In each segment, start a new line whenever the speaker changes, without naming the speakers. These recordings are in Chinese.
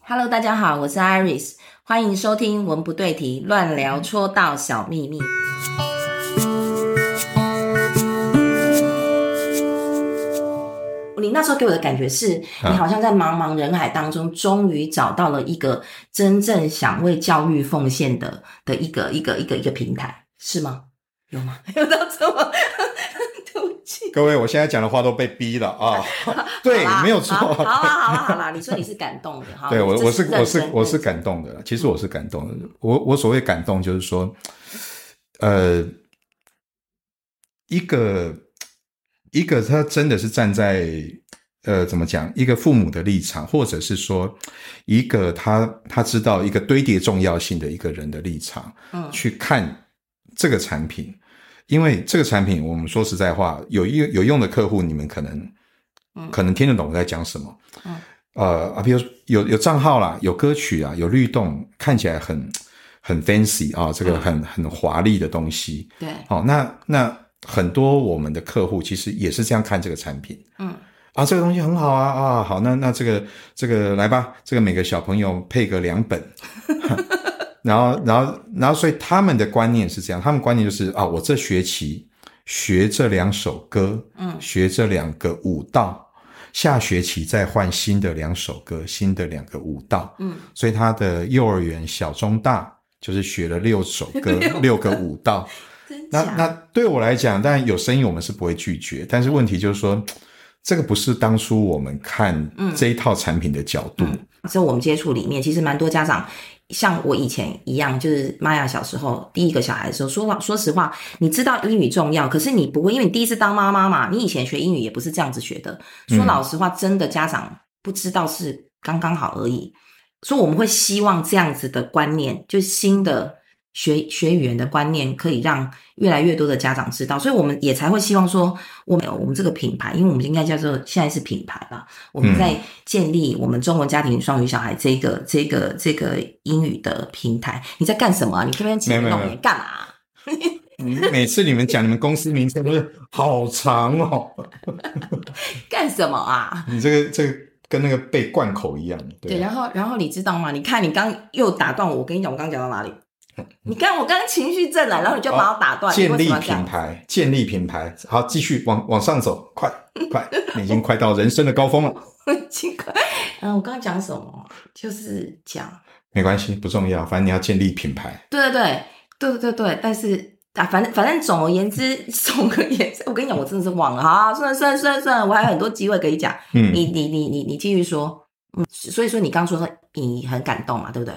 Hello，大家好，我是 Iris，欢迎收听《文不对题》，乱聊戳到小秘密。你那时候给我的感觉是，
啊
你好像在茫茫人海当中，终于找到了一个真正想为教育奉献的的一个一个一个一个平台，是吗？有吗？ 有到这么？对不起，
各位，我现在讲的话都被逼了 啊！对
好啦，
没有错。
好好啦，好啦，好啦，你说你是感动的，好，
对我，
这
我是
认
我是
真
我是
认真
感动的啦。其实我是感动的。我我所谓感动，就是说，呃，一个一个他真的是站在呃怎么讲，一个父母的立场，或者是说一个他他知道一个堆叠重要性的一个人的立场，
嗯
去看这个产品，因为这个产品，我们说实在话，有用有用的客户，你们可能、
嗯
可能听得懂我在讲什么。
嗯
呃啊，比如说有有账号啦，有歌曲啊，有律动，看起来很很 fancy 啊，这个
嗯
很、很华丽的东西。
对，
好、那那很多我们的客户其实也是这样看这个产品。
嗯
啊，这个东西很好啊啊，好，那那这个这个来吧，这个每个小朋友配个两本， 然后然后然后，所以他们的观念是这样，他们观念就是啊，我这学期学这两首歌，
嗯
学这两个舞蹈，下学期再换新的两首歌，新的两个舞蹈，
嗯
所以他的幼儿园小中大就是学了六首歌，六个舞蹈，
真
那
假
那对我来讲，当然有生意我们是不会拒绝，但是问题就是说，这个不是当初我们看
嗯
这一套产品的角度。
在我们接触里面，其实蛮多家长像我以前一样，就是玛雅小时候第一个小孩的时候，说话说实话，你知道英语重要，可是你不会，因为你第一次当妈妈嘛，你以前学英语也不是这样子学的。说
嗯
老实话，真的家长不知道是刚刚好而已，所以我们会希望这样子的观念，就新的。学学语言的观念可以让越来越多的家长知道，所以我们也才会希望说，我们我们这个品牌，因为我们应该叫做现在是品牌吧，我们
嗯
在建立我们中文家庭双语小孩这个这个这个英语的平台。你在干什么啊、你这边挤眉
没有没有
弄
没
眼
有
干嘛啊？
每次你们讲你们公司名称都是好长哦，
干什么啊？
你这个这个跟那个被灌口一样。
对，
啊
然后然后你知道吗？你看你刚又打断我，我跟你讲，我刚讲到哪里？你看我刚刚情绪正来，然后你就把我打断，你
嗯哦建
为什
立
么要这
品
样？
牌，建立品牌，好，继续往往上走，快快， 你已经快到人生的高峰了。
奇怪，嗯，我刚刚讲什么？就是讲
没关系，不重要，反正你要建立品牌。
对对对对对对对，但是啊，反正反正总而言之，总而言之，我跟你讲，我真的是忘了啊，算了算了算了算了，我还有很多机会可以讲，
嗯，
你你你你你继续说，嗯，所以说你刚说你很感动嘛，对不对？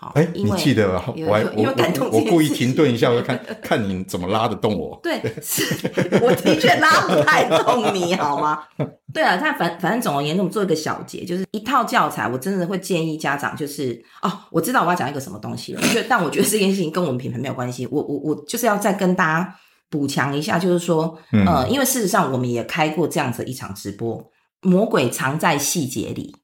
好，
哎，
因
你
为
记得吧？
因为
我还
因为
我
因为感动
我我
这件
故意
事情
停顿一下，我就看 看你怎么拉得动我。
对，是 我的确拉不太动你，好 吗？对啊，但反反正总而言之，我们做一个小结，就是一套教材，我真的会建议家长就是哦，我知道我要讲一个什么东西了，就但我觉得这件事情跟我们品牌没有关系，我我我就是要再跟大家补强一下，就是说，
嗯
呃，因为事实上我们也开过这样子一场直播，魔鬼藏在细节里。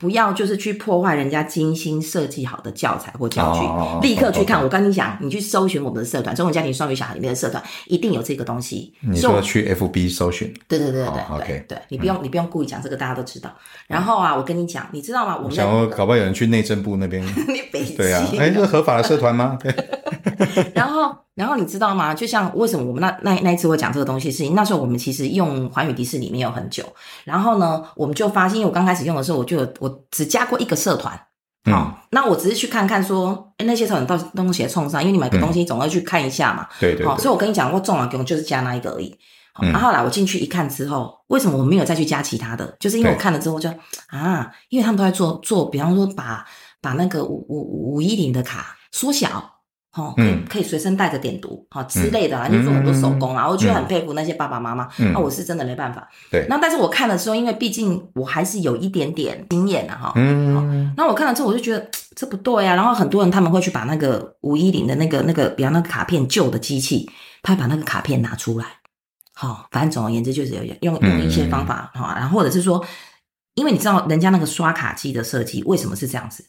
不要就是去破坏人家精心设计好的教材或教具，
哦
立刻去看。
哦哦
我跟你讲，你去搜寻我们的社团“中文家庭双语小孩”里面的社团，一定有这个东西。所
你
以
说
我
去 FB 搜寻，
对对对对
好
对对
，OK 嗯
对，你不用你不用故意讲这个，大家都知道。然后啊，我跟你讲，你知道吗？我
我
们
想
在
说搞不好有人去内政部那 边。
你北京
对啊，哎，这合法的社团 吗？对，
然后，然后你知道吗？就像为什么我们那那那一次会讲这个东西，是因为那时候我们其实用环宇迪士尼没有很久，然后呢，我们就发现，因为我刚开始用的时候，我就有我只加过一个社团。好、
嗯
那我只是去看看说，哎，那些社团到底东西也冲上，因为你买
嗯
个东西总要去看一下嘛。
对对
好、所以
对，
我跟你讲，我中了给我就是加那一个而已。好
嗯
然后后来我进去一看之后，为什么我没有再去加其他的？就是因为我
对
看了之后就啊，因为他们都在做做，比方说把把那个五五五一零的卡缩小。哦，可以
嗯
可以随身带着点读，好、之
嗯
类的啊，就做很多手工啊，我就
嗯
很佩服那些爸爸妈妈。那、
嗯
啊我是真的没办法。
对
那但是我看的时候，因为毕竟我还是有一点点经验啊，哈、
嗯，
那我看了之后，我就觉得这不对啊。然后很多人他们会去把那个五一零的那个那个，比方那个卡片旧的机器，他会把那个卡片拿出来，好，反正总而言之就是有用用一些方法好，然后或者是说，因为你知道人家那个刷卡机的设计为什么是这样子，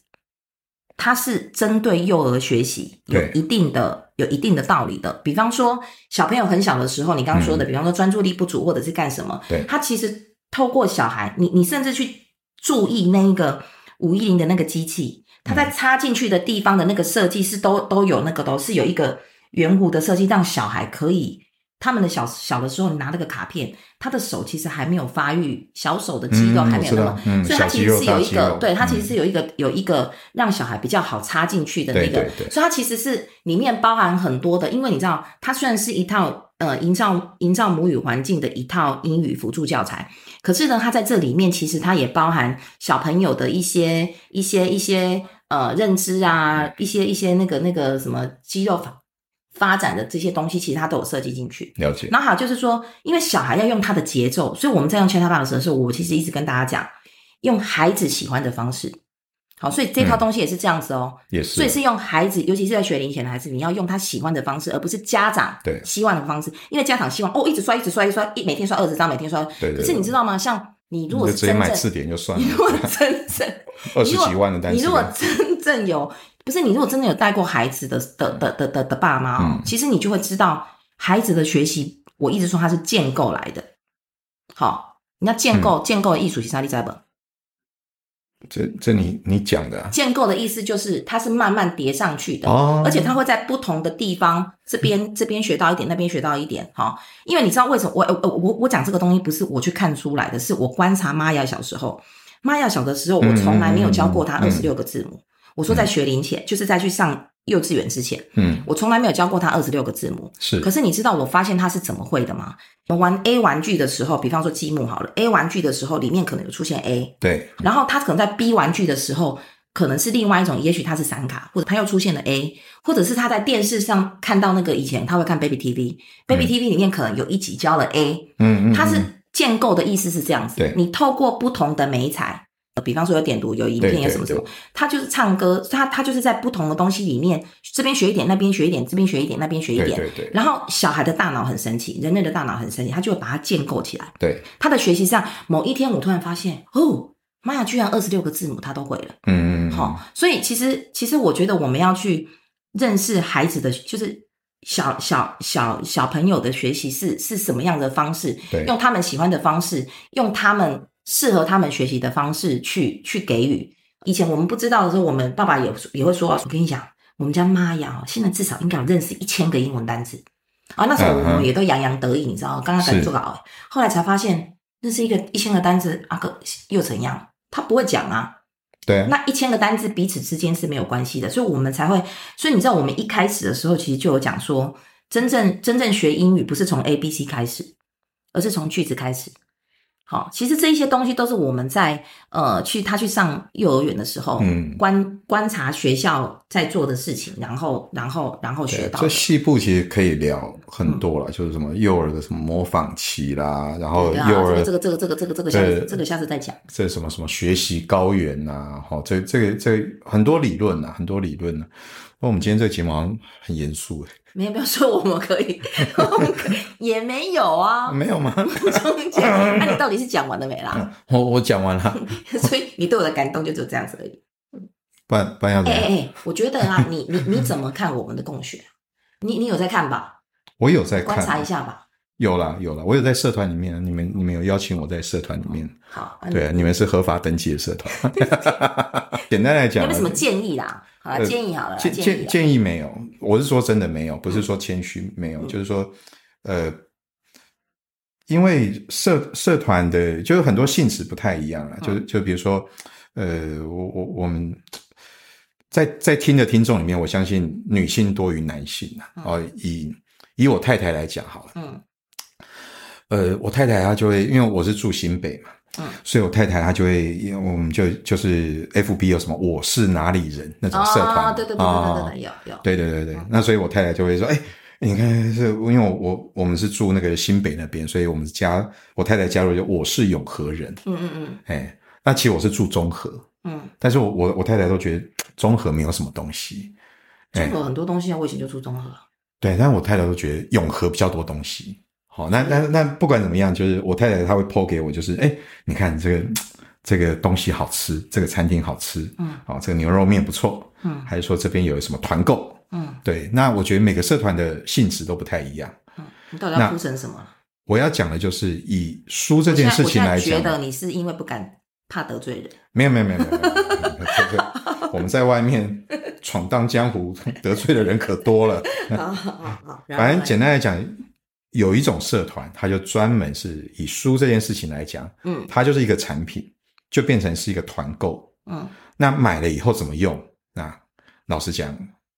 它是针对幼儿学习有
对
一定的有一定的道理的。比方说小朋友很小的时候，你刚刚说的，比方说专注力不足或者是干什么，
嗯对
他其实透过小孩，你你甚至去注意那一个五一零的那个机器，它
嗯
在插进去的地方的那个设计是都都有那个都是有一个圆弧的设计，让小孩可以他们的小小的时候，你拿那个卡片，他的手其实还没有发育，小手的肌肉
嗯
还没有那么，
我知道嗯
所以它其实是有
小
一
肌肉大肌
个
肉，
对它
嗯
其实是有一个、有一个让小孩比较好插进去的那个，
对对对
所以它其实是里面包含很多的，因为你知道，它虽然是一套呃营造营造母语环境的一套英语辅助教材，可是呢，它在这里面其实它也包含小朋友的一些一些一些呃认知
嗯
啊，一些一些那个那个什么肌肉发发展的这些东西，其实它都有设计进去。
了解，
然后还有就是说，因为小孩要用他的节奏，所以我们在用 Chat Box 的时候，我其实一直跟大家讲，用孩子喜欢的方式。好，所以这套东西也是这样子哦，
也
所以
嗯是啊
是用孩子，尤其是在学龄前的孩子，你要用他喜欢的方式，而不是家长
对
希望的方式，因为家长希望哦，一直刷，一直刷，一直刷，一每天刷二十张，每天刷。
对对
可是你
对
知道吗？像你如
你
果
就是直接
真
买啊
正，
字典就算
你
了
如，果真正
二
你
十
如果
几万的单词。
你如果真正有，不是你如果真的有带过孩子的的的的的的爸妈哦，
嗯
其实你就会知道孩子的学习，我一直说它是建构来的。好，那建构、建构的艺术是啥？你在本
这这你你讲的啊
建构的意思就是它是慢慢叠上去的。
哦，
而且他会在不同的地方，这边这边学到一点，那边学到一点，哈、因为你知道为什么我我我我讲这个东西不是我去看出来的，是我观察玛雅小时候，玛雅小的时候，我从来没有教过他
嗯嗯
二
嗯
十六个字母。我说在学龄前，就是在去上幼稚园之前，
嗯
我从来没有教过他二十六个字母。
是
可是你知道我发现他是怎么会的吗？我玩 A 玩具的时候，比方说积木好了，A 玩具的时候里面可能有出现 A，
对
然后他可能在 B 玩具的时候，可能是另外一种，也许他是闪卡，或者他又出现了 A，或者是他在电视上看到那个以前他会看 Baby TV，Baby TV 里面可能有一集教了 A，、
嗯嗯嗯，
它是
嗯
建构的意思是这样子
对，
你透过不同的媒材。呃比方说有点读，有影
对
片，有
对
什么什
对
么，他就是唱歌，他他就是在不同的东西里面，这边学一点，那边学一点，这边学一点，那边学一
对
点。
对对
然后小孩的大脑很神奇，人类的大脑很神奇，他就会把它建构起来。
对，
他的学习上，某一天我突然发现，哦，妈呀，居然二十六个字母他都会了，
嗯嗯嗯
好、所以其实其实我觉得我们要去认识孩子的，就是小小小小朋友的学习是是什么样的方式，
对
用他们喜欢的方式，用他们适合他们学习的方式去去给予。以前我们不知道的时候，我们爸爸也也会说，我跟你讲，我们家妈呀，现在至少应该有认识一千个英文单词啊。那时候我
嗯
们
哼嗯
也都洋洋得意，你知道，刚刚才
是
做稿、哎后来才发现那是一个一千个单词，啊哥又怎样？他不会讲啊，
对啊，
那一千个单字彼此之间是没有关系的，所以我们才会，所以你知道我们一开始的时候其实就有讲说，真正真正学英语不是从 A B C 开始，而是从句子开始。好，其实这一些东西都是我们在呃去他去上幼儿园的时候，
嗯
观观察学校在做的事情，然后然后然后学
对
到
这
的。嗯
细部其实可以聊很多了，就是什么幼儿的什么模仿期啦，然后
对啊，
幼儿
这个这个这个这个这个这个下次
对
这个下次再讲。
这什么什么学习高原呐、啊，好、这这个这很多理论呐、啊很多理论呐、那我们今天这个节目好像很严肃诶，
没有没有说我们可 以，我们可以也没有啊。
没有吗？
中间，那、你到底是讲完了没啦？
我我讲完了，
所以你对我的感动就只有这样子而已。
不然不然要怎
哎
样？
哎哎，我觉得啊，你你你怎么看我们的共学？你你有在看吧？
我有在看啊
观，察一下吧。
有啦有啦，我有在社团里面，啊你们你们有邀请我在社团里面，
好，啊
对啊，你们是合法登记的社团。 简单来
你有
讲
没
啊，
有什么建议啦？好了，
呃
建议好了啦，
建
建议
建
啦
建议没有，我是说真的没有，不是说谦虚没有，就是说，呃，因为社社团的就是很多性质不太一样了，就是就比如说，呃，我我我们在在听的听众里面，我相信女性多于男性啊，哦，以以我太太来讲好了，
嗯
呃，我太太她就会，因为我是住新北嘛，
嗯
所以我太太她就会，因为我们就就是 FB 有什么我是哪里人那种社团嘛，
哦，对对对对对
哦
对对，有有。
对对对对，那所以我太太就会说，哎、你看是，因为我我我们是住那个新北那边，所以我们家我太太加入就我是永和人，
嗯嗯
哎、那其实我是住中和，
嗯
但是我我我太太都觉得中和没有什么东西，
嗯，
哎
中和很多东西啊，我以前就住中和。
对，但是我太太都觉得永和比较多东西，好，那那那不管怎么样，就是我太太她会剖给我，就是哎、你看这个这个东西好吃，这个餐厅好吃，
嗯，
好、这个牛肉面不错，
嗯
还是说这边有什么团购？
嗯，
对，那我觉得每个社团的性质都不太一样。
你到底要
那
哭成什么？
我要讲的就是以书这
我现
件
在
事情来
我现在
讲
觉，得你是因为不敢怕得罪人，
没有没有没有没有，没有没有没有这个我们在外面闯荡江湖，得罪的人可多了。
好好好，然后
反正
呢
简单来讲，有一种社团，它就专门是以书这件事情来讲，
嗯
它就是一个产品，就变成是一个团购。
嗯
那买了以后怎么用？那老实讲，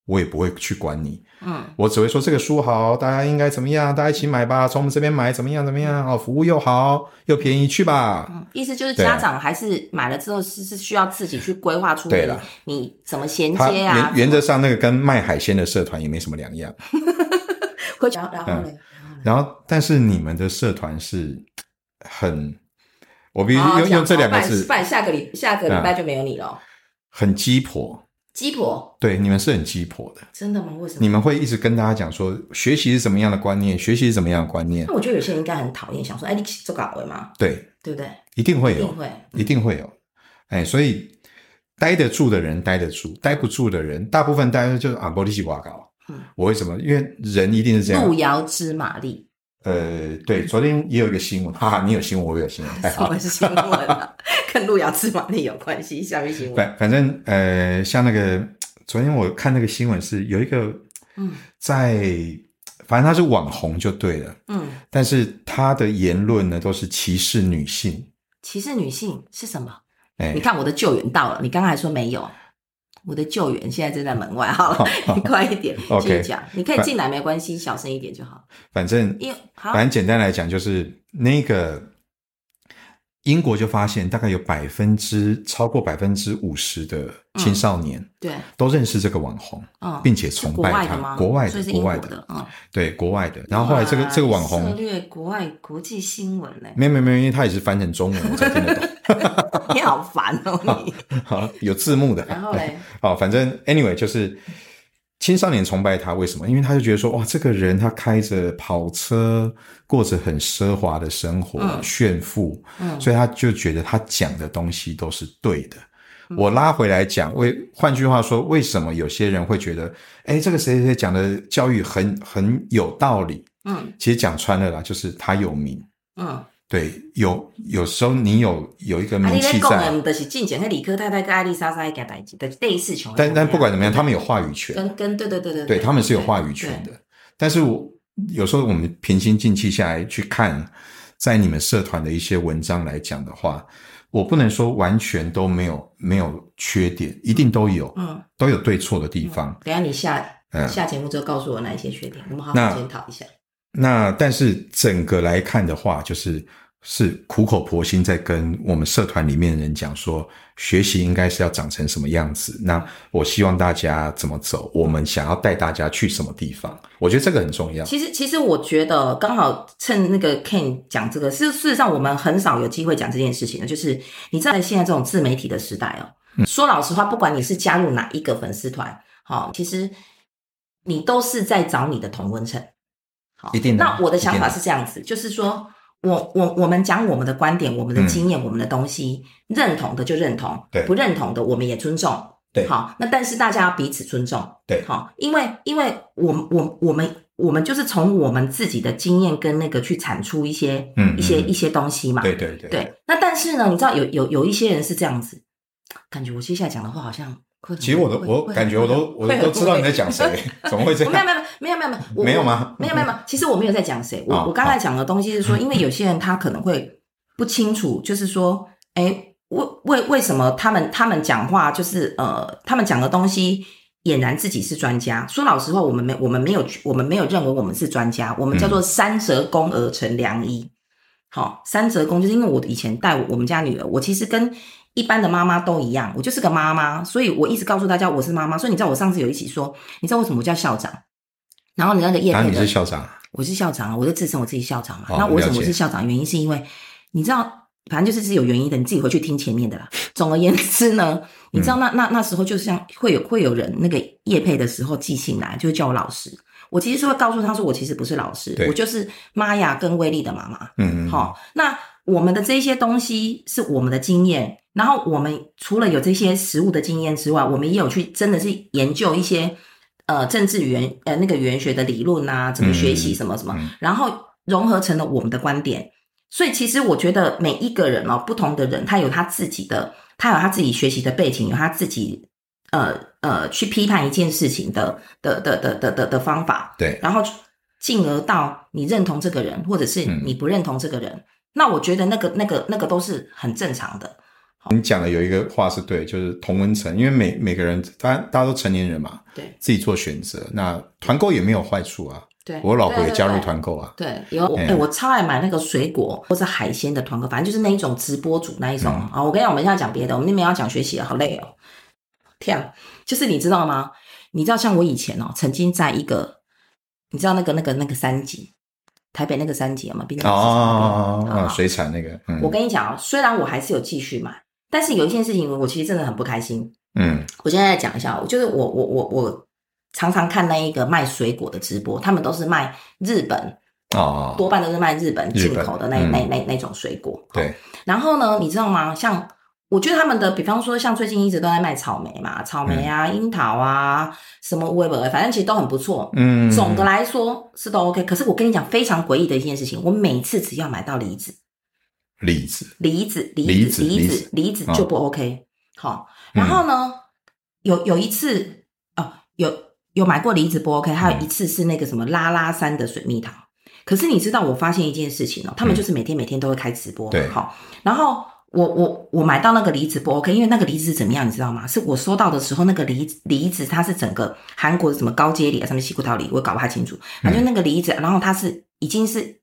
我也不会去管你，
嗯
我只会说这个书好，大家应该怎么样，大家一起买吧，从我们这边买怎么样怎么样哦，服务又好又便宜，去吧。
嗯，意思就是
对啊
家长还是买了之后是是需要自己去规划出
对
你
啦
你怎么衔
它
接啊
原，原则上那个跟卖海鲜的社团也没什么两样。
会然后然
嗯
后呢？
然后，但是你们的社团是很，我必须
好哦
用
啊讲
用这
好
两个
不然
字嗯
不，然下个礼下个礼拜就没有你了。
很鸡婆。
鸡婆，
对，你们是很鸡婆的，
真的吗？为什
你
么？
们会一直跟大家讲说学习是怎么样的观念，学习是怎么样的观念
那。我觉得有些人应该很讨厌，想说：“哎，你做搞位嘛，
对，
对不对？”
一定
一
会有，
定会。
一定会有。哎，所以待得住的人待得住，待不住的人，大部分大家就是啊，玻璃西瓦搞
嗯。
我为什么？因为人一定是这
路
样。
遥知马力，
呃，对，昨天也有一个新闻，哈哈，你有新闻，我也有新闻，太
什
好 了
么。是新闻啊？ 跟路遥知马力有关系？下面新闻，
反反正呃，像那个昨天我看那个新闻是有一个
嗯
在，反正他是网红就对了，
嗯，
但是他的言论呢都是歧视女性，
歧视女性是什么？
哎
你，看我的救援到了，你刚才说没有，我的救援现在正在门外，好 了，你快一点
OK
继续讲，你可以进来没关系，小声一点就好。
反正
因为好
反，正简单来讲就是那个英国就发现大概有百分之超过百分之五十的
嗯
青少年、
对，
都认识这个网红，
嗯，
并且
是
崇
国
拜
外的
他，
吗？
国外
所
的
以是
国
英
外
国
的，
嗯。
对国外的。然后后来这个这个网
哇
红？
涉。猎国外国际新闻呢
没有没有没有，因为他也是翻成中文，我才听得懂。
你好烦哦你。
好，有字幕的。
然后嘞，
好，反正 anyway 就是青少年崇拜他，为什么？因为他就觉得说，哇，这个人他开着跑车，过着很奢华的生活，
嗯
炫富，
嗯
所以他就觉得他讲的东西都是对的。我
嗯
拉回来讲，为换句话说，为什么有些人会觉得，哎，这个谁谁谁讲的教育很很有道理？
嗯
其实讲穿了啦，就是他有名。
嗯，
对，有有时候你有有一个
啊，
名
你在
气
讲
在，
的不就是进前那理科太太跟艾丽莎莎一件代志，但是类似穷。
但但不管怎么样，他们有话语权。
跟跟对对对对，
对他们是有话语权
对。
的。但是我有时候我们平心静气下来去看，在你们社团的一些文章来讲的话，我不能说完全都没有没有缺点，一定都有，
嗯，
都有对错的地方。
等一下你下
嗯
下节目之后告诉我哪一些缺点，我们好
那
好检讨一下。
那但是整个来看的话，就是是苦口婆心在跟我们社团里面的人讲说，学习应该是要长成什么样子。那我希望大家怎么走，我们想要带大家去什么地方，我觉得这个很重要。
其实，其实我觉得刚好趁那个 Ken 讲这个，事事实上我们很少有机会讲这件事情的。就是你知道，在现在这种自媒体的时代哦，
嗯
说老实话，不管你是加入哪一个粉丝团，好、其实你都是在找你的同温层。好，
一定的
那我的想
一定
法
的
是这样子，就是说我我我们讲我们的观点、我们的
嗯
经验、我们的东西，认同的就认同，
对
不认同的我们也尊重。
对
好，那但是大家要彼此尊重。
对
好，因为因为我们我我们我们就是从我们自己的经验跟那个去产出一些
嗯
一些
嗯
一些东西嘛。
对对对
对。那但是呢，你知道有有有一些人是这样子，感觉我接下来讲的话好像会很。
其实我都
会
我感觉我都我都知道你在。讲谁，怎么会这
会很会
样？
没有没有没有没有没有我
没有吗嗯
没有没有没有，其实我没有在讲谁，我、
哦嗯
我刚才讲的东西是说，因为有些人他可能会不清楚，就是说，哎，为为为什么他们他们讲话就是呃，他们讲的东西俨然自己是专家。说老实话，我们没我们没有我们没有认为我们是专家，我们叫做
嗯
三折肱而成良医。好，三折肱就是因为我以前带我我们家女儿，我其实跟一般的妈妈都一样，我就是个妈妈，所以我一直告诉大家我是妈妈。所以你知道我上次有一起说，你知道为什么我叫校长？然后你那个叶
然后
佩
啊你
的
是校长，
我是校长啊，我就自称我自己校长嘛。
哦
那我为什
了
么
解
我是校长？原因是因为你知道，反正就是是有原因的，你自己回去听前面的啦。总而言之呢，你
嗯
知道那那那时候就像会有会有人那个夜配的时候寄信来，就会叫我老师。我其实是会告诉他说，我其实不是老师
对，
我就是玛雅跟威力的妈妈。
嗯，嗯
好、那我们的这些东西是我们的经验，然后我们除了有这些实物的经验之外，我们也有去真的是研究一些呃政治语言呃那个语言学的理论啊，怎么学习
嗯
什么什么，
嗯
然后融合成了我们的观点。所以其实我觉得每一个人哦，不同的人，他有他自己的，他有他自己学习的背景，有他自己呃呃去批判一件事情的的的的的的的方法。
对，
然后进而到你认同这个人，或者是
嗯
你不认同这个人，那我觉得那个那个那个都是很正常的。
你讲的有一个话是对，就是同温层，因为每每个人，大家大家都成年人嘛，
对
自己做选择，那团购也没有坏处啊。
对
我老婆也加入
团。
团购啊，
对，有我哎、我超爱买那个水果或者海鲜的团购，反正就是那一种直播主那一种啊、我跟你讲，我们现在讲别的，我们那边要讲学习了，好累哦。天啊，就是你知道吗？你知道像我以前哦，曾经在一个，你知道那个那个那个三级，台北那个三级嘛，滨江市场那边
哦，
好
嗯
好
水产那个，
啊我
嗯
跟你讲啊，虽然我还是有继续买，但是有一件事情我其实真的很不开心。
嗯
我现在来讲一下，我就是我我我我常常看那一个卖水果的直播，他们都是卖日本，
哦，
多半都是卖日本进
日本
口的那
嗯
那那那种水果。
对，
然后呢，你知道吗？像我觉得他们的，比方说像最近一直都在卖草莓嘛，草莓啊、樱桃啊、什么 w e b 反正其实都很不错。
嗯，
总的来说是都 OK，可是我跟你讲非常诡异的一件事情，我每次只要买到梨子，
例子，
梨子，
梨
梨
子
子，
梨
梨
子
子，梨子
啊
就不 OK。好，
嗯
然后呢，有有一次哦，有有买过梨子不 OK，还有一
嗯
次是那个什么拉拉山的水蜜桃。可是你知道，我发现一件事情哦，他们就是每天每天都会开直播嘛，
嗯对
好，然后。我我我买到那个梨子不 OK，因为那个梨子怎么样，你知道吗？是我收到的时候，那个梨梨子它是整个韩国的什么高阶梨啊，什么西瓜桃梨，我也搞不太清楚。反
嗯
正那个梨子，然后它是已经是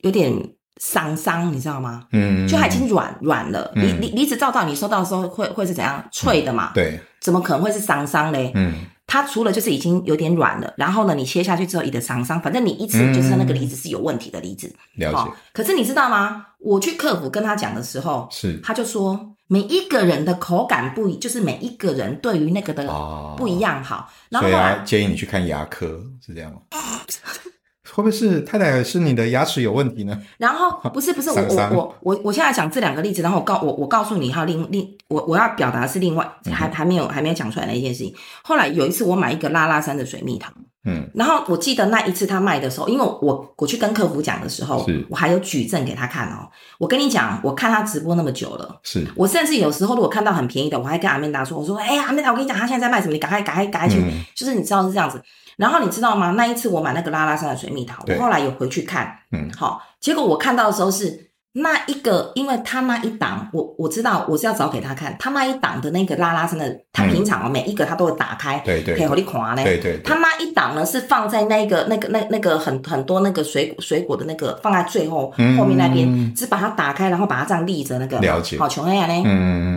有点伤伤，你知道吗？
嗯，
就它已经软软了，
嗯
离离离子照到你收到的时候会会是怎样脆的嘛？，
对，
怎么可能会是伤伤嘞？
嗯
它除了就是已经有点软了，然后呢，你切下去之后，你的伤伤，反正你一吃就是那个梨子是有问题的梨子。
嗯
哦
了解，
可是你知道吗？我去客服跟他讲的时候，
是
他就说每一个人的口感不一，就是每一个人对于那个的
哦，
不一，样好。然
所
后
以
后
啊，
来
建议你去看牙科，是这样 吗？会不会是太太是你的牙齿有问题呢？
然后不是不是我
伤伤
我我我我现在讲这两个例子，然后我告我我告诉你还有另另我我要表达的是另外
嗯
还还没有还没有讲出来的一件事情。后来有一次我买一个拉拉山的水蜜桃，
嗯，
然后我记得那一次他卖的时候，因为我我去跟客服讲的时候
是，
我还有举证给他看哦。我跟你讲，我看他直播那么久了。
是，
我甚至有时候如果看到很便宜的，我还跟阿曼达说：“我说，哎、呀，阿曼达，我跟你讲，他现在在卖什么？你赶快，赶快，赶快去！”
嗯
就是你知道是这样子。然后你知道吗？那一次我买那个拉拉山的水蜜桃，
对
我后来有回去看，
嗯
好、结果我看到的时候是那一个，因为他那一档，我我知道我是要找给他看，他那一档的那个拉拉山的，他
嗯
平常哦、每一个他都会打开，
对对
可以给你看嘞。
对对，对
他啊那一档呢是放在那个、那个、那、那个很很多那个水果水果的那个放在最后
嗯
后面那边，只把它打开，然后把它这样立着那个，
了解
好穷哎呀嘞，
嗯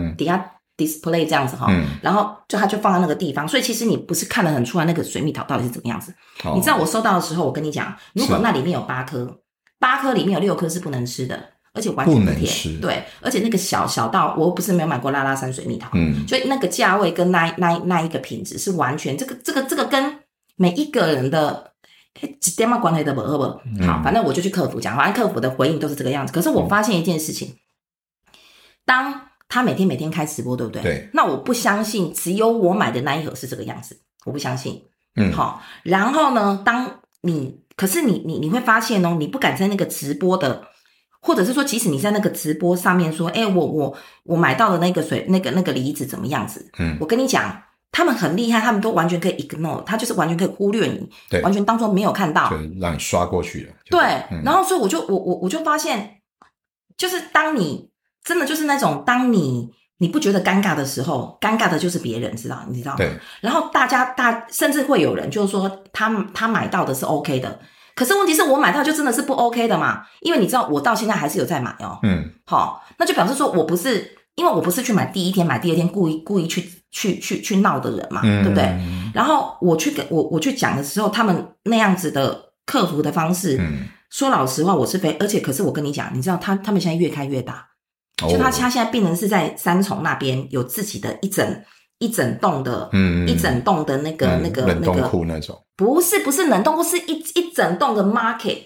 嗯
底下 display 这样子哈，
嗯，
然后就它就放在那个地方，所以其实你不是看得很出来那个水蜜桃到底是怎么样子。
好
你知道我收到的时候，我跟你讲，如果
哦是
那里面有八颗，八颗里面有六颗是不能吃的，而且完全
不能
甜
吃
对，而且那个小小到我又不是没有买过拉拉山水蜜桃，
嗯，
所以那个价位跟那那那一个品质是完全这个这个这个跟每一个人的几点嘛关系都不好不好
嗯
好，反正我就去客服讲，反正啊客服的回应都是这个样子。可是我发现一件事情，当他每天每天开直播，对不对？
对。
那我不相信只有我买的那一盒是这个样子，我不相信。
嗯
好，然后呢，当你可是你你你会发现哦，你不敢在那个直播的，或者是说，即使你在那个直播上面说，哎，我我我买到的那个水那个那个梨子怎么样子？
嗯
我跟你讲，他们很厉害，他们都完全可以 ignore，他就是完全可以忽略你，
对
完全当做没有看到
就。让你刷过去了，就
对，
嗯
然后所以我就我我我就发现，就是当你真的就是那种当你你不觉得尴尬的时候，尴尬的就是别人，知道你知道吗？
对，
然后大家大甚至会有人就是说他他买到的是 OK 的，可是问题是我买到就真的是不 OK 的嘛？因为你知道我到现在还是有在买哦，
嗯
好、那就表示说我不是因为我不是去买第一天买第二天故意故意去去去去闹的人嘛，
嗯，
对不对？
嗯
然后我去给我我去讲的时候，他们那样子的客服的方式，
嗯，
说老实话我是非，而且可是我跟你讲，你知道他他们现在越开越大，
哦
就他他现在变成是在三重那边有自己的一整一整栋的，
嗯嗯嗯
一整栋的那个、
嗯
那个
冷
那
冻
个，
库那种，
不是不是冷冻库，是一一整栋的 market，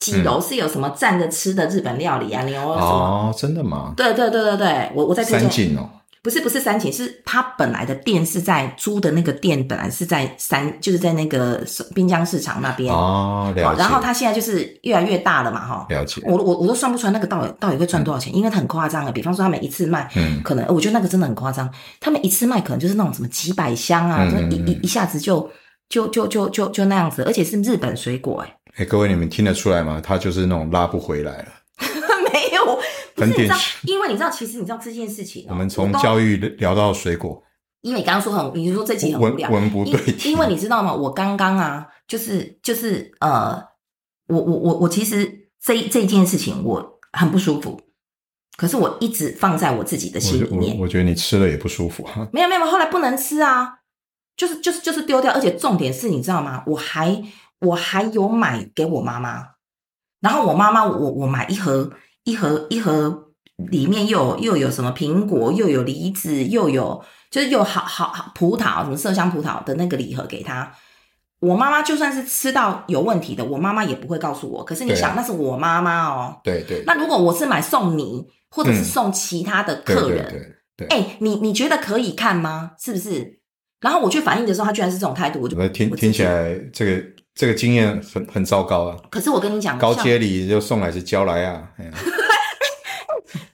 几楼是有什么站着吃的日本料理啊，牛肉什么。
嗯哦，真的吗？
对对对对对，我我在推
三
荐，
井哦，
不是不是三井，是他本来的店是在租的那个店，本来是在三，就是在那个滨江市场那边。
哦，了
好
解，
然后他现在就是越来越大了嘛，哈。
了解，
我我我都算不出来那个到底到底会赚多少钱，因为它很夸张啊的。比方说他们一次卖，
嗯
可能我觉得那个真的很夸张，他们一次卖可能就是那种什么几百箱啊，
嗯
就一
嗯
一一下子就就就就就就那样子，而且是日本水果、欸，
哎，各位你们听得出来吗？他就是那种拉不回来了。
没有，不是
很
你知道
典，
因为你知道，其实你知道这件事情哦、
我们从
都
教育聊到水果，
因为你刚刚说很，你说这集很无
文
聊，
文不
因
对题
因为你知道吗？我刚刚啊，就是就是呃，我我我我其实这这件事情我很不舒服，可是我一直放在我自己的
我
心
觉
里面
我。我觉得你吃了也不舒服哈。
没有没有，后来不能吃啊，就是就是就是丢掉，而且重点是你知道吗？我还我还有买给我妈妈，然后我妈妈我我买一盒一盒一盒，里面又有又有什么苹果，又有梨子，又有就是又好好好葡萄什么麝香葡萄的那个礼盒给她。我妈妈就算是吃到有问题的，我妈妈也不会告诉我。可是你
对啊
想，那是我妈妈哦。
对对，
那如果我是买送你，或者是
嗯
送其他的
对
客人，
对对，
哎、你你觉得可以看吗？是不是？然后我去反映的时候，他居然是这种态度，我就
我听
我自己
听起来这个这个经验很很糟糕啊。
可是我跟你讲，
高
像
阶礼就送来是交来啊，哎呀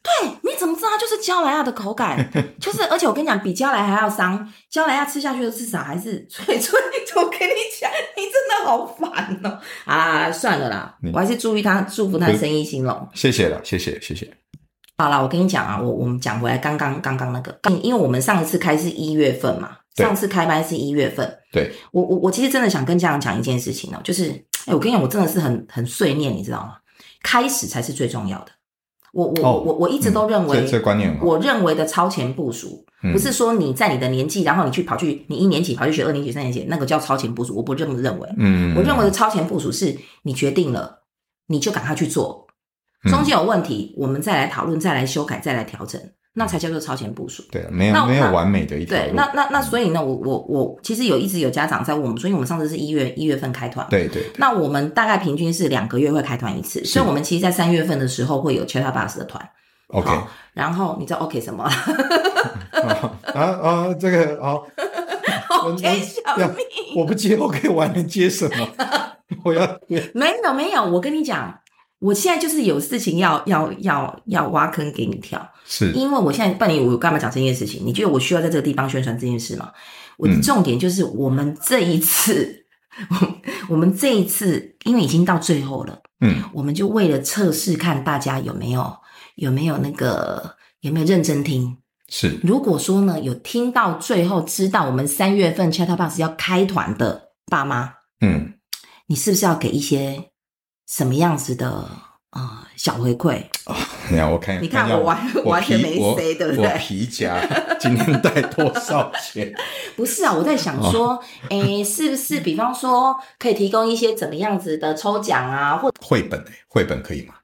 对，你怎么知道它就是焦莱亚的口感？就是，而且我跟你讲，比焦莱还要伤，焦莱亚吃下去的至少还是脆脆。我跟你讲，你真的好烦哦！啊，算了啦
你，
我还是祝他祝福他
不嗯是
生意兴隆。
谢谢了，谢谢谢谢。
好啦，我跟你讲啊，我我们讲回来刚刚刚刚那个，因为我们上一次开是一月份嘛，
对
上次开班是一月份，
对，
我我我其实真的想跟家长讲一件事情哦，就是，哎，我跟你讲，我真的是很很碎念，你知道吗？开始才是最重要的。我我、
哦
我我一直都认为，
这这观念很好
我认为的超前部署，
嗯
不是说你在你的年纪，然后你去跑去你一年级跑去学二年级、三年级，那个叫超前部署，我不这么认为。
嗯，
我认为的超前部署是你决定了，你就赶快去做，
嗯
中间有问题，我们再来讨论，再来修改，再来调整，那才叫做超前部署。
对啊，没
那
有
我
没有
那
完美的一条
对，
路。
那那那所以呢，我我我其实有一直有家长在问我们，所以我们上次是一月一月份开团，，
对对
那我们大概平均是两个月会开团一次，所以我们其实，在三月份的时候会有 Chat Bus 的团，
，OK
好然后你知道 OK 什 么
啊啊啊，这个好，
？OK 小
要
命。
我不接 OK，我还能接什么？ 我要
没有没有，我跟你讲，我现在就是有事情要要要要挖坑给你跳，
是
因为我现在办理我干嘛讲这件事情？你觉得我需要在这个地方宣传这件事吗？我的
嗯
重点就是我们这一次， 我们这一次因为已经到最后了，
嗯，
我们就为了测试看大家有没有有没有那个有没有认真听。
是
如果说呢有听到最后知道我们三月份 Chatbox 要开团的爸妈，
嗯
你是不是要给一些什么样子的呃小回馈？
你看，我看，
你看
一下
我完完全
皮
没
我
say，对不对
我皮夹今天带多少钱？
不是啊，我在想说，诶、是不是比方说可以提供一些怎么样子的抽奖啊，或
绘本诶，绘本可以吗？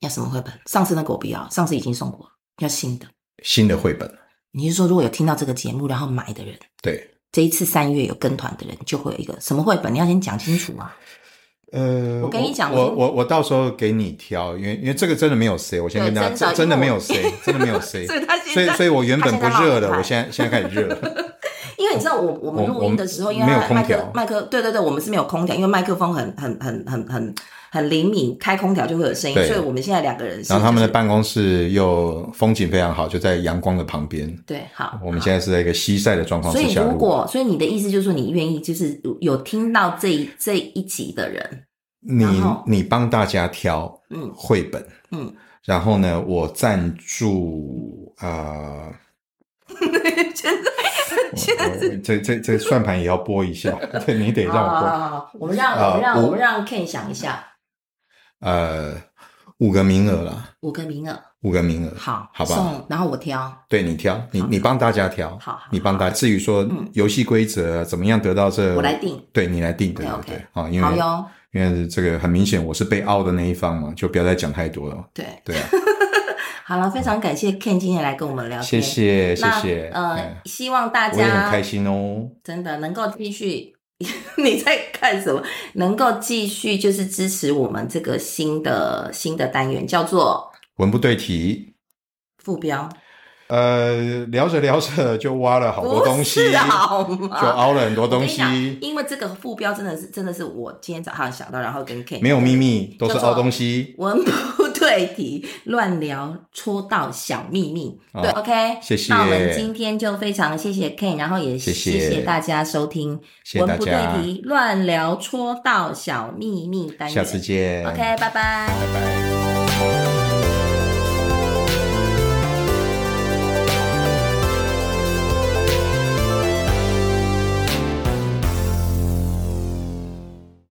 要什么绘本？上次那个我不要，上次已经送过了，要新的。
新的绘本，
你是说，如果有听到这个节目然后买的人，
对，
这一次三月有跟团的人，就会有一个什么绘本？你要先讲清楚啊。
呃，
我跟你讲
我
我
我我到时候给你挑，因为因为这个真的没有 say，我先跟大家，
对真的
这真的
因
没
为
有
我
say，真的没 有 say，
所以他现在
所以所以我原本不
他现在
热的
冒，
我
汗
现在现在开始热 了，
因为你知道我，我们
我
录音的时候，
我
因为
没有空
麦克
调
麦克，对对对，我们是没有空调，因为麦克风很很很很很很灵敏，开空调就会有声音，
对
所以我们现在两个人是、
然后他们的
就是
办公室又风景非常好，就在阳光的旁边。
对好，
我们现在是在一个西晒的状况
所
之
以
哦下录，
如果，所以你的意思就是说，你愿意就是有听到这一这一集的人，
你
然后
你帮大家挑
嗯
绘本，
嗯，
然后呢，我赞助 啊，
真的
我我这这这算盘也要拨一 下，对你得让
好好
我
好
拨。
好好我们让
啊
我们让
我
我们让 Ken 想一下
呃，五个名额啦，
五个名额，
五个名额，
好，
好吧，
送，然后我挑，
对你挑，你你帮大家挑，
好好
你帮大家。至于说
嗯
游戏规则怎么样得到这，
我来定，
对你来定，对对
OK，OK
对，啊，因
好
为
哟，
因为这个很明显我是被凹的那一方嘛，就不要再讲太多了，
对，
对啊，
好了，非常感谢 Ken 今天来跟我们聊
谢
天，
谢谢
那
谢，
呃
哎，
希望大
我也很
家
开心哦。
真的能够继续。 你在看什么？能够继续就是支持我们这个新的新的单元，叫做
文不对题，
副标，
呃，聊着聊着就挖了好多
不
东西，
是啊好
就
吗？
凹了很多
我跟
东
你讲
西，
因为这个副标真的是真的是我今天早上想到，然后跟 Ken
没有秘密，都是
叫做
凹东西。
文不对题，乱聊戳到小秘密。
哦
对，OK，
谢谢
那我们今天就非常谢谢 Ken，然后也
谢谢
谢谢大家收听
谢谢
文
大
不对
家
题，乱聊戳到小秘密单元。
下次见
OK，拜拜。
拜拜。